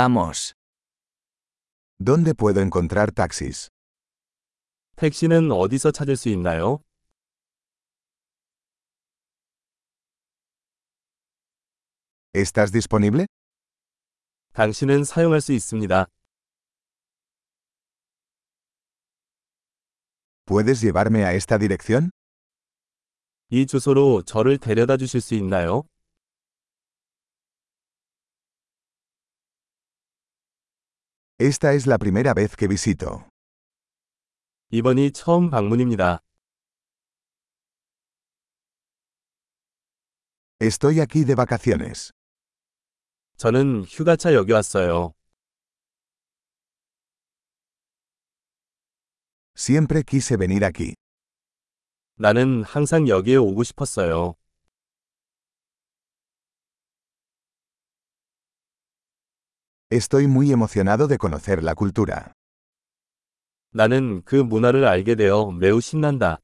Vamos. ¿Dónde puedo encontrar taxis? 택시는 어디서 찾을 수 있나요? ¿Estás disponible? 당신은 사용할 수 있습니다. ¿Puedes llevarme a esta dirección? 이 주소로 저를 데려다 주실 수 있나요? Esta es la primera vez que visito. 이번이 처음 방문입니다. Estoy aquí de vacaciones. 저는 휴가차 여기 왔어요. Siempre quise venir aquí. 나는 항상 여기에 오고 싶었어요. Estoy muy emocionado de conocer la cultura. 나는 그 문화를 알게 되어 매우 신난다.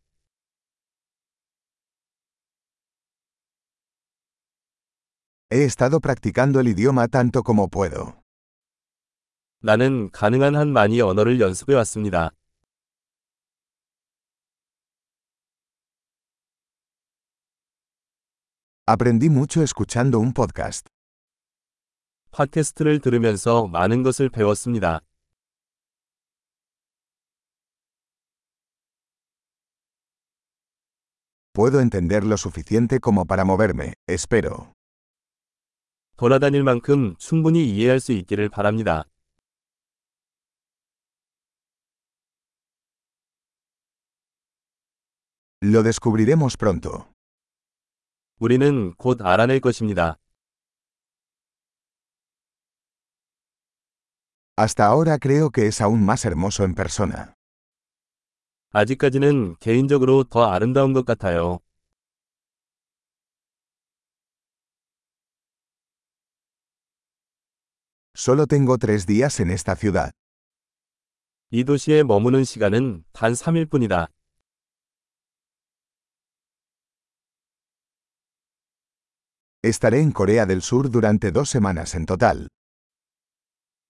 He estado practicando el idioma tanto como puedo. 나는 가능한 한 많이 언어를 연습해 왔습니다. Aprendí mucho escuchando un podcast. 팟캐스트를 들으면서 많은 것을 배웠습니다. Puedo entender lo suficiente como para moverme, espero. 돌아다닐 만큼 충분히 이해할 수 있기를 바랍니다. Lo descubriremos pronto. 우리는 곧 알아낼 것입니다. Hasta ahora creo que es aún más hermoso en persona. 아직까지는 개인적으로 더 아름다운 것 같아요. Solo tengo tres días en esta ciudad. 이 도시에 머무는 시간은 단 3일 뿐이다. Estaré en Corea del Sur durante dos semanas en total.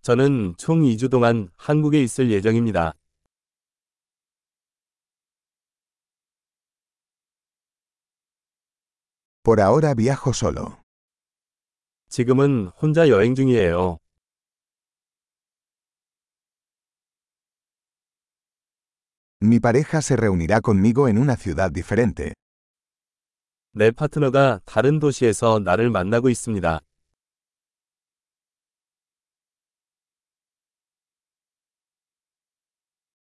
저는 총 2주 동안 한국에 있을 예정입니다. Por ahora viajo solo. 지금은 혼자 여행 중이에요. Mi pareja se reunirá conmigo en una ciudad diferente. 내 파트너가 다른 도시에서 나를 만나고 있습니다.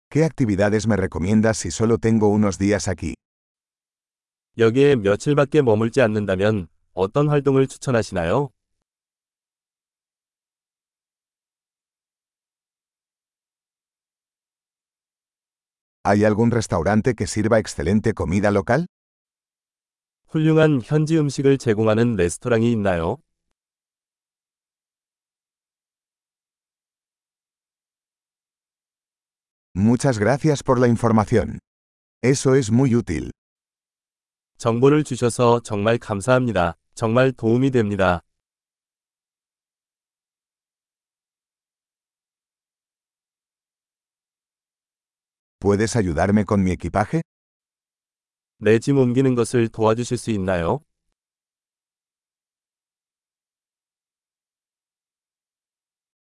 ¿Qué actividades me recomiendas si solo tengo unos días aquí? 여기에 며칠밖에 머물지 않는다면 어떤 활동을 추천하시나요? ¿Hay algún restaurante que sirva excelente comida local? 훌륭한 현지 음식을 제공하는 레스토랑이 있나요? Muchas gracias por la información. Eso es muy útil. 정보를 주셔서 정말 감사합니다. 정말 도움이 됩니다. ¿Puedes ayudarme con mi equipaje? 내 짐 옮기는 것을 도와주실 수 있나요?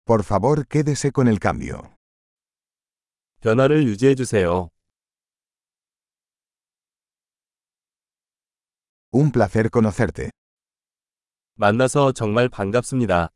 Por favor, quédese con el cambio. 변화를 유지해 주세요. Un placer conocerte. 만나서 정말 반갑습니다.